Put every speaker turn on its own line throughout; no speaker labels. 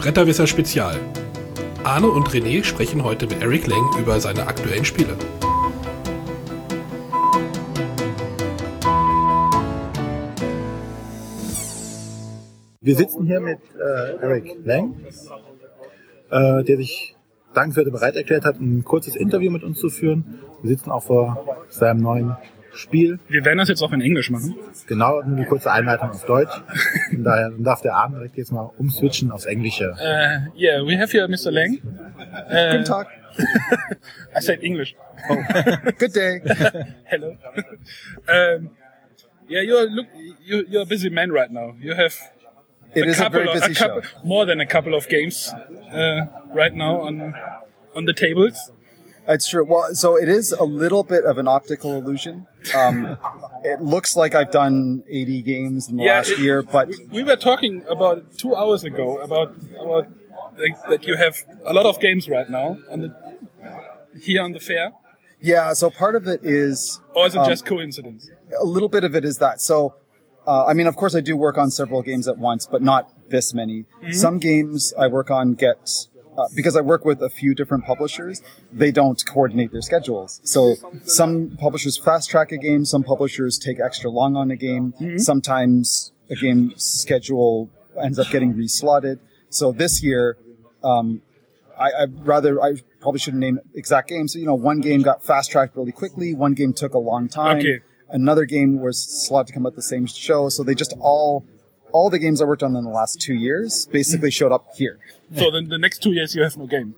Bretterwisser Spezial. Arne und René sprechen heute mit Eric Lang über seine aktuellen Spiele.
Wir sitzen hier mit äh, Eric Lang, äh, der sich dankenswert bereit erklärt hat, ein kurzes Interview mit uns zu führen. Wir sitzen auch vor seinem neuen Spiel.
Wir werden das jetzt auch in Englisch machen.
Genau, nur eine kurze Einleitung auf Deutsch. Von daher darf der Arne direkt jetzt mal umswitchen aufs Englische.
Uh, yeah, we have here Mr. Lang. Uh,
Guten Tag.
I said English.
Good day.
Hello. um, yeah, you're look, you, you're a busy man right now. You have
It is a very
of,
busy show.
couple, more than a couple of games uh, right now on on the tables.
It's true. Well, so it is a little bit of an optical illusion. Um, it looks like I've done 80 games in the last
it-
year, but
we, we were talking about two hours ago about about like, that you have a lot of games right now on the here on the fair.
yeah. So part of it is
Or is it
um,
just coincidence?
a little bit of it is that. So, uh, I mean, of course, I do work on several games at once, but not this many. Some games I work on get uh, because I work with a few different publishers. They don't coordinate their schedules, so some publishers fast track a game, some publishers take extra long on a game. Sometimes a game schedule ends up getting reslotted. So this year, I, I rather I probably shouldn't name exact games. So you know, one game got fast tracked really quickly. One game took a long time.
Okay.
Another game was slotted to come out the same show. So they just all all the games I worked on in the last two years basically showed up here.
So then the next two years you have no game.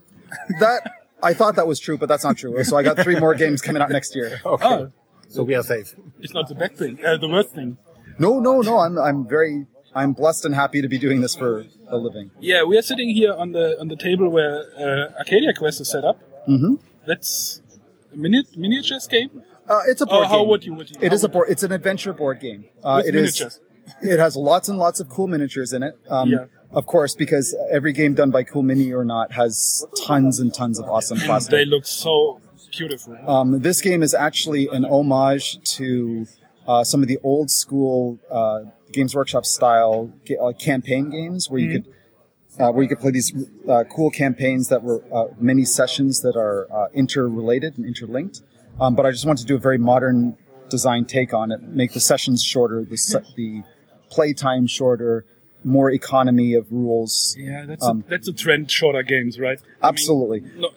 That I thought that was true, but that's not true. So I got three more games coming out next year.
Oh,
So we are safe.
it's not the bad thing, uh, the worst thing.
No, no, no. I'm I'm very I'm blessed and happy to be doing this for a living.
Yeah, we are sitting here on the on the table where uh, Arcadia Quest is set up. Mm-hmm. That's a mini- miniatures game.
Uh, it's a board
Oh, how
game.
would you- would you-
It
how
is a
would-
board. It's an adventure board game. Uh,
With
it is-
miniatures.
it has lots and lots of cool miniatures in it. Um,
Yeah.
Of course, because every game done by Cool Mini or not has tons and tons of awesome
They
plastic.
look so beautiful.
Um, this game is actually an homage to uh, some of the old school uh, Games Workshop style ga- uh, campaign games where you could. Uh, where you could play these uh, cool campaigns that were uh, many sessions that are uh, interrelated and interlinked. Um, but I just wanted to do a very modern design take on it, make the sessions shorter, the, se- the play time shorter, more economy of rules.
yeah, that's
um,
a, that's a trend. Shorter games, right?
Absolutely.
I mean, no,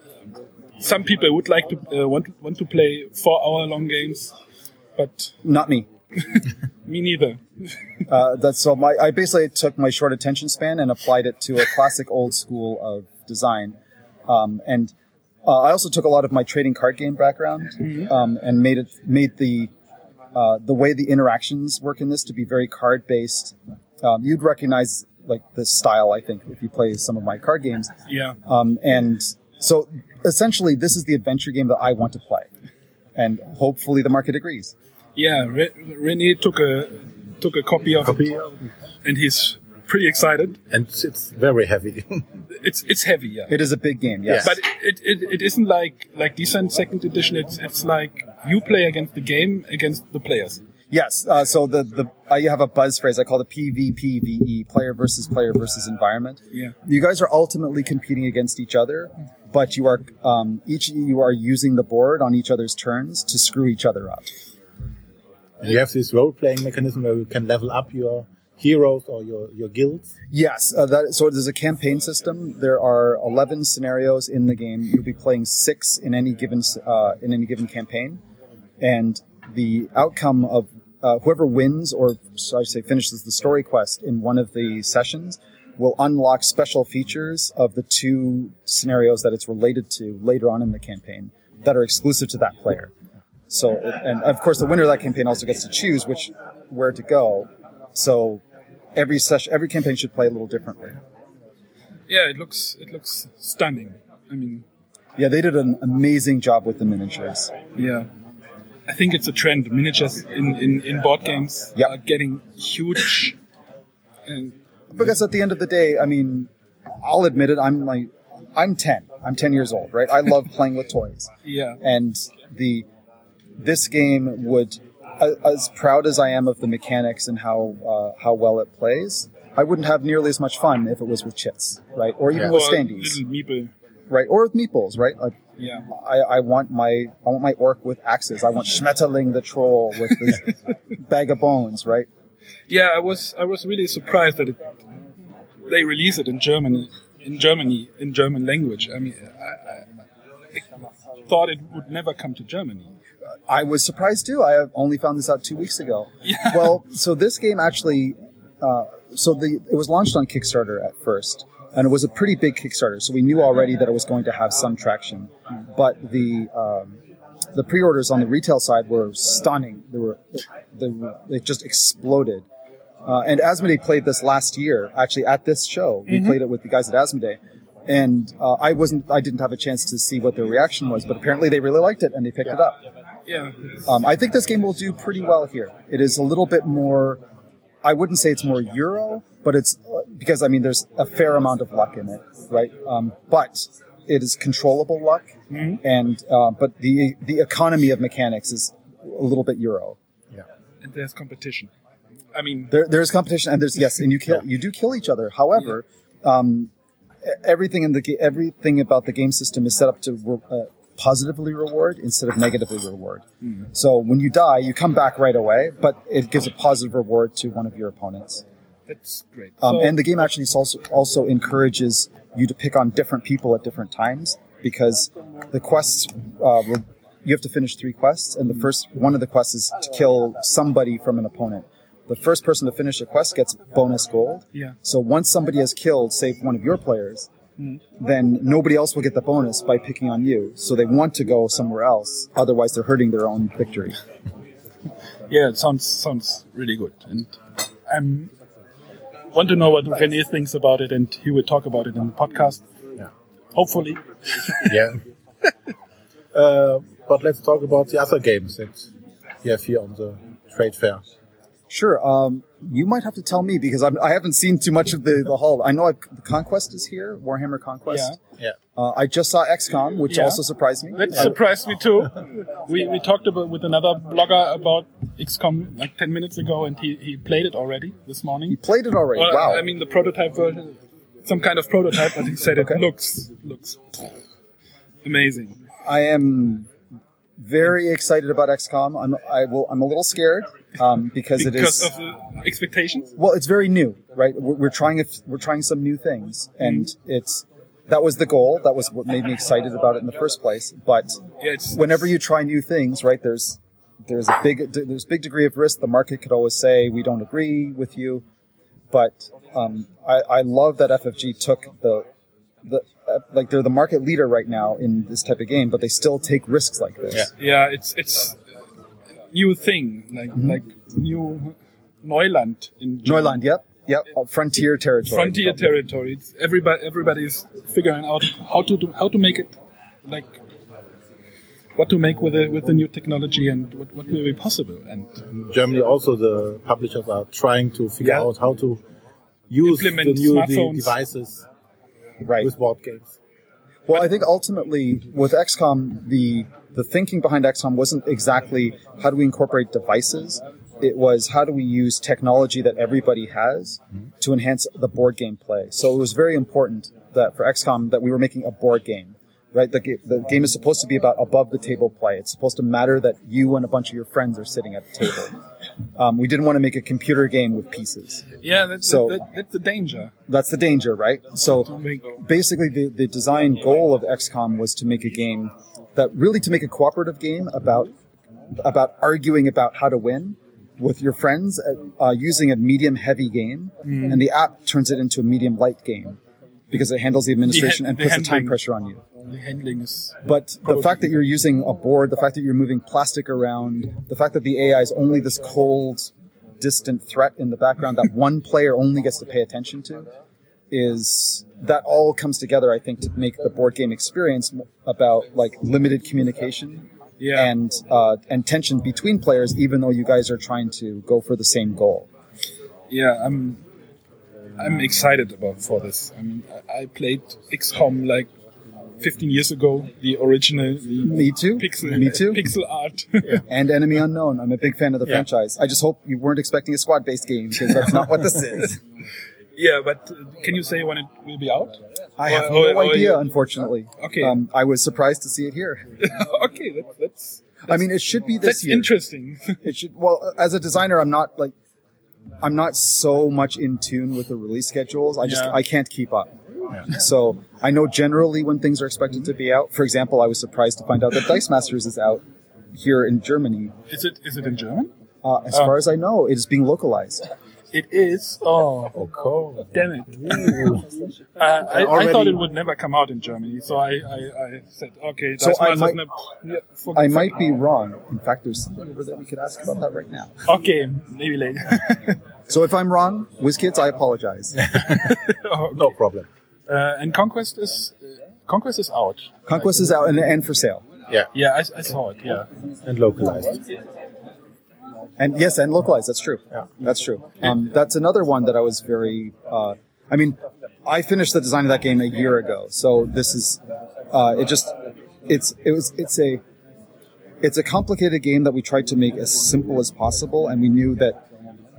some people would like to uh, want want to play four hour long games, but
Not me.
me neither.
Uh, that's so my I basically took my short attention span and applied it to a classic old school of design, um, and uh, I also took a lot of my trading card game background um, and made it made the uh, the way the interactions work in this to be very card based. Um, you'd recognize like the style I think if you play some of my card games,
Yeah.
um, and so essentially this is the adventure game that I want to play, and hopefully the market agrees.
Yeah, Re- René took a took a copy of
Copy.
it, and he's pretty excited.
And it's very heavy.
It's it's heavy, yeah.
It is a big game, yes.
but it, it, it isn't like like decent second edition. It's it's like you play against the game against the players.
Yes. Uh, so the the uh, you have a buzz phrase I call the PvPVE E, player versus player versus environment.
Yeah.
You guys are ultimately competing against each other, but you are um, each of you are using the board on each other's turns to screw each other up.
And you have this role-playing mechanism where you can level up your heroes or your, your guilds.
Yes. Uh, that, so there's a campaign system. There are eleven scenarios in the game. You'll be playing six in any given s- uh, in any given campaign, and the outcome of uh, whoever wins or so I say finishes the story quest in one of the sessions will unlock special features of the two scenarios that it's related to later on in the campaign that are exclusive to that player. So, and of course, the winner of that campaign also gets to choose which where to go. So, every session, every campaign should play a little differently.
Yeah, it looks it looks stunning. I mean,
Yeah, they did an amazing job with the miniatures.
yeah. I think it's a trend. Miniatures in, in, in board games
Yeah.
are getting huge. And
Because at the end of the day, I mean, I'll admit it. I'm like, I'm ten. I'm ten years old, right? I love playing with toys.
yeah,
and the this game would a- as proud as I am of the mechanics and how uh, how well it plays, I wouldn't have nearly as much fun if it was with chits, right? Or even with
Or
standees,
little meeple.
right? Or with meeples, right? Like
Yeah.
I, I want my I want my orc with axes. I want Schmetterling the troll with this bag of bones, right?
Yeah, I was I was really surprised that it, they release it in Germany, in Germany, in German language. I mean, I, I, I thought it would never come to Germany.
I was surprised too. I have only found this out two weeks ago. Well, so this game actually, uh, so the it was launched on Kickstarter at first, and it was a pretty big Kickstarter. So we knew already that it was going to have some traction, but the um, the pre-orders on the retail side were stunning. They were they, were- they just exploded. Uh, and Asmodee played this last year, actually at this show. We played it with the guys at Asmodee, and uh, I wasn't, I didn't have a chance to see what their reaction was, but apparently they really liked it and they picked it up.
Yeah,
Um, I think this game will do pretty well here. It is a little bit more. I wouldn't say it's more Euro, but it's because I mean there's a fair amount of luck in it, right? Um, but it is controllable luck, and uh, but the the economy of mechanics is a little bit Euro.
and there's competition. I mean,
There, there's competition, and there's yes, and you kill you do kill each other. However, um, e- everything in the ga- everything about the game system is set up to re- uh, positively reward instead of negatively reward. So when you die, you come back right away, but it gives a positive reward to one of your opponents.
that's great.
Um,
So-
and the game actually is also also encourages you to pick on different people at different times because the quests uh, re- you have to finish three quests, and the first one of the quests is to kill somebody from an opponent. The first person to finish a quest gets bonus gold.
Yeah.
So once somebody has killed, say one of your players, then nobody else will get the bonus by picking on you. So they want to go somewhere else, otherwise they're hurting their own victory.
yeah, it sounds sounds really good, and I'm want to know what René thinks about it, and he will talk about it in the podcast.
Yeah.
Hopefully,
Yeah. uh, but let's talk about the other games that you have here on the trade fair.
Sure. Um, you might have to tell me because I'm, I haven't seen too much of the, the hall. I know I've, the Conquest is here, Warhammer Conquest.
Yeah.
Uh, I just saw XCOM, which
Yeah.
also surprised me.
that surprised me too. We we talked about with another blogger about XCOM like ten minutes ago, and he he played it already this morning.
you played it already.
Well,
wow.
I mean the prototype version, some kind of prototype, but he said
Okay.
it looks looks amazing.
I am very excited about XCOM. I'm, I will, I'm a little scared um, because, it
Because
is.
of the expectations,
well, it's very new, right? We're, we're trying a f we're trying some new things, and
Mm-hmm.
it's that was the goal. That was what made me excited about it in the first place. But
yeah, it's
whenever you try new things, right? There's there's a big there's big degree of risk. The market could always say we don't agree with you, but um, I, I love that FFG took the the uh, like they're the market leader right now in this type of game, but they still take risks like this.
Yeah.
yeah, it's it's new thing like like new Neuland in German.
Neuland, yep, yep, uh, frontier territory.
frontier territory. It's everybody everybody's figuring out how to do, how to make it like what to make with the with the new technology and what, what will be possible and
In Germany also the publishers are trying to figure
Yeah.
out how to use
Implement
the new de-
smartphones.
devices
right?
with board games.
Well, I think ultimately with XCOM, the the thinking behind XCOM wasn't exactly how do we incorporate devices. It was how do we use technology that everybody has to enhance the board game play. So it was very important that for XCOM that we were making a board game, right? The, ga- the game is supposed to be about above the table play. It's supposed to matter that you and a bunch of your friends are sitting at the table. Um, we didn't want to make a computer game with pieces.
yeah that's
So-
that, that's the danger
That's the danger, right? So
Make-
basically the, the design goal of XCOM was to make a game that really to make a cooperative game about about arguing about how to win with your friends uh, uh, using a medium heavy game,
Mm-hmm.
and the app turns it into a medium light game because it handles the administration
The
and
hand- the
puts the time
handling.
pressure on you.
the handling is
But the fact that you're using a board, the fact that you're moving plastic around, the fact that the AI is only this cold, distant threat in the background that one player only gets to pay attention to is that all comes together, I think, to make the board game experience m- about like limited communication
yeah
and uh, and tension between players, even though you guys are trying to go for the same goal.
yeah i'm i'm excited about for this i mean i, I played xcom like 15 years ago the original the
Me too.
pixel
Me too.
pixel art
And Enemy Unknown. I'm a big fan of the franchise. I just hope you weren't expecting a squad based game because that's not what this is.
Yeah, but uh, can you say when it will be out?
I have
Or- or-
no
or
idea,
you-
unfortunately.
oh, Okay.
Um, I was surprised to see it here.
okay, that, that's
I mean, it should be this
that's
year.
interesting.
It should. Well, as a designer, I'm not like, I'm not so much in tune with the release schedules. I just
Yeah.
I can't keep up. So I know generally when things are expected to be out. For example, I was surprised to find out that Dice Masters is out here in Germany.
is it is it in German?
Uh, as
Oh.
far as I know, it is being localized.
It is. Oh, cool. Damn it. Uh, I, I
Already-
thought it would never come out in Germany, so I, I, I said, okay,
So
Dice
I
Masters
might-
ne- yeah, for-
I might be wrong. In fact, there's something over there we could ask about that right now.
Okay, maybe later.
So if I'm wrong, WizKids, I apologize.
Oh,
No problem.
uh, and Conquest is uh, Conquest is out.
Conquest is out and, and for sale.
Yeah, I, I saw it. Yeah,
And localized.
And yes, and localized. That's true. Yeah. That's true. Um, that's another one that I was very. Uh, I mean, I finished the design of that game a year ago, so this is. Uh, it just, it's it was it's a, it's a complicated game that we tried to make as simple as possible, and we knew that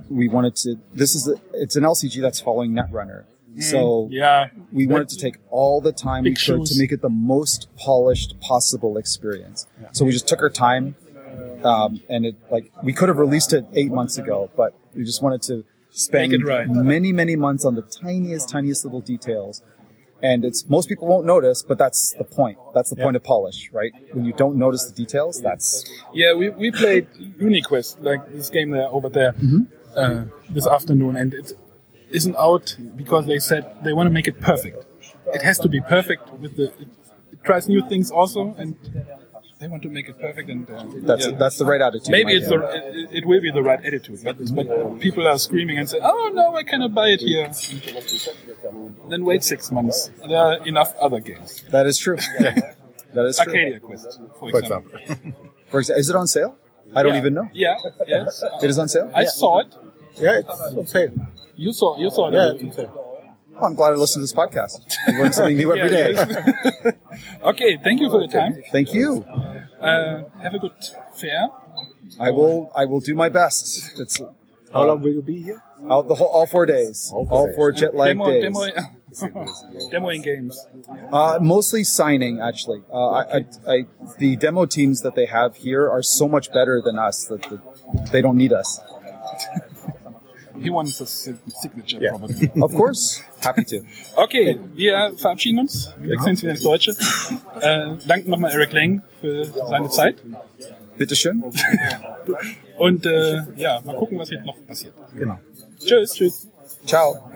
we wanted to. This is a, it's an LCG that's following Netrunner, so
yeah.
we wanted to take all the time we
Big
could to
shoes.
make it the most polished possible experience. So we just took our time, um, and it like we could have released it eight months ago, but we just wanted to spend
Make it right.
many, many months on the tiniest, tiniest little details. And it's most people won't notice, but that's the point. That's the point of polish, right? When you don't notice the details, that's
Yeah, we, we played UniQuest, like this game there over there,
Mm-hmm.
uh, this afternoon, and it isn't out because they said they want to make it perfect. It has to be perfect with the. It, it tries new things also, and they want to make it perfect. And uh,
that's
yeah.
that's the right attitude.
Maybe
my
it's
dear.
the, it, it will be the right attitude, but, but people are screaming and say, "Oh no, I cannot buy it here." Then wait six months. There are enough other games.
that is true. that is true.
Arcadia Quest, for,
For
example.
example.
For example, is it on sale? I don't
Yeah.
even know.
Yeah, yes.
It is on sale.
I saw it.
Yeah, it's on sale.
You saw, you saw
Yeah,
it.
it's on sale.
Well, Oh, I'm glad I listened to this podcast. I learn something new every day.
okay, thank you for your time.
Thank you.
Uh, have a good fair.
I will. I will do my best. It's
How long will you be here?
all, the whole, all four days, all
All
four,
four
jet lag
demo,
days.
demo, demo in games.
Uh, mostly signing, actually. Uh, I, I, I, the demo teams that they have here are so much better than us that the, they don't need us.
He wants a si- signature,
Yeah.
probably.
Of course, happy to.
Okay, wir verabschieden uns. Wir wechseln jetzt wieder ins Deutsche. Äh, danke nochmal Eric Lang für seine Zeit.
Bitte schön.
Und äh, ja, mal gucken, was jetzt noch passiert.
Genau.
Tschüss, tschüss.
Ciao.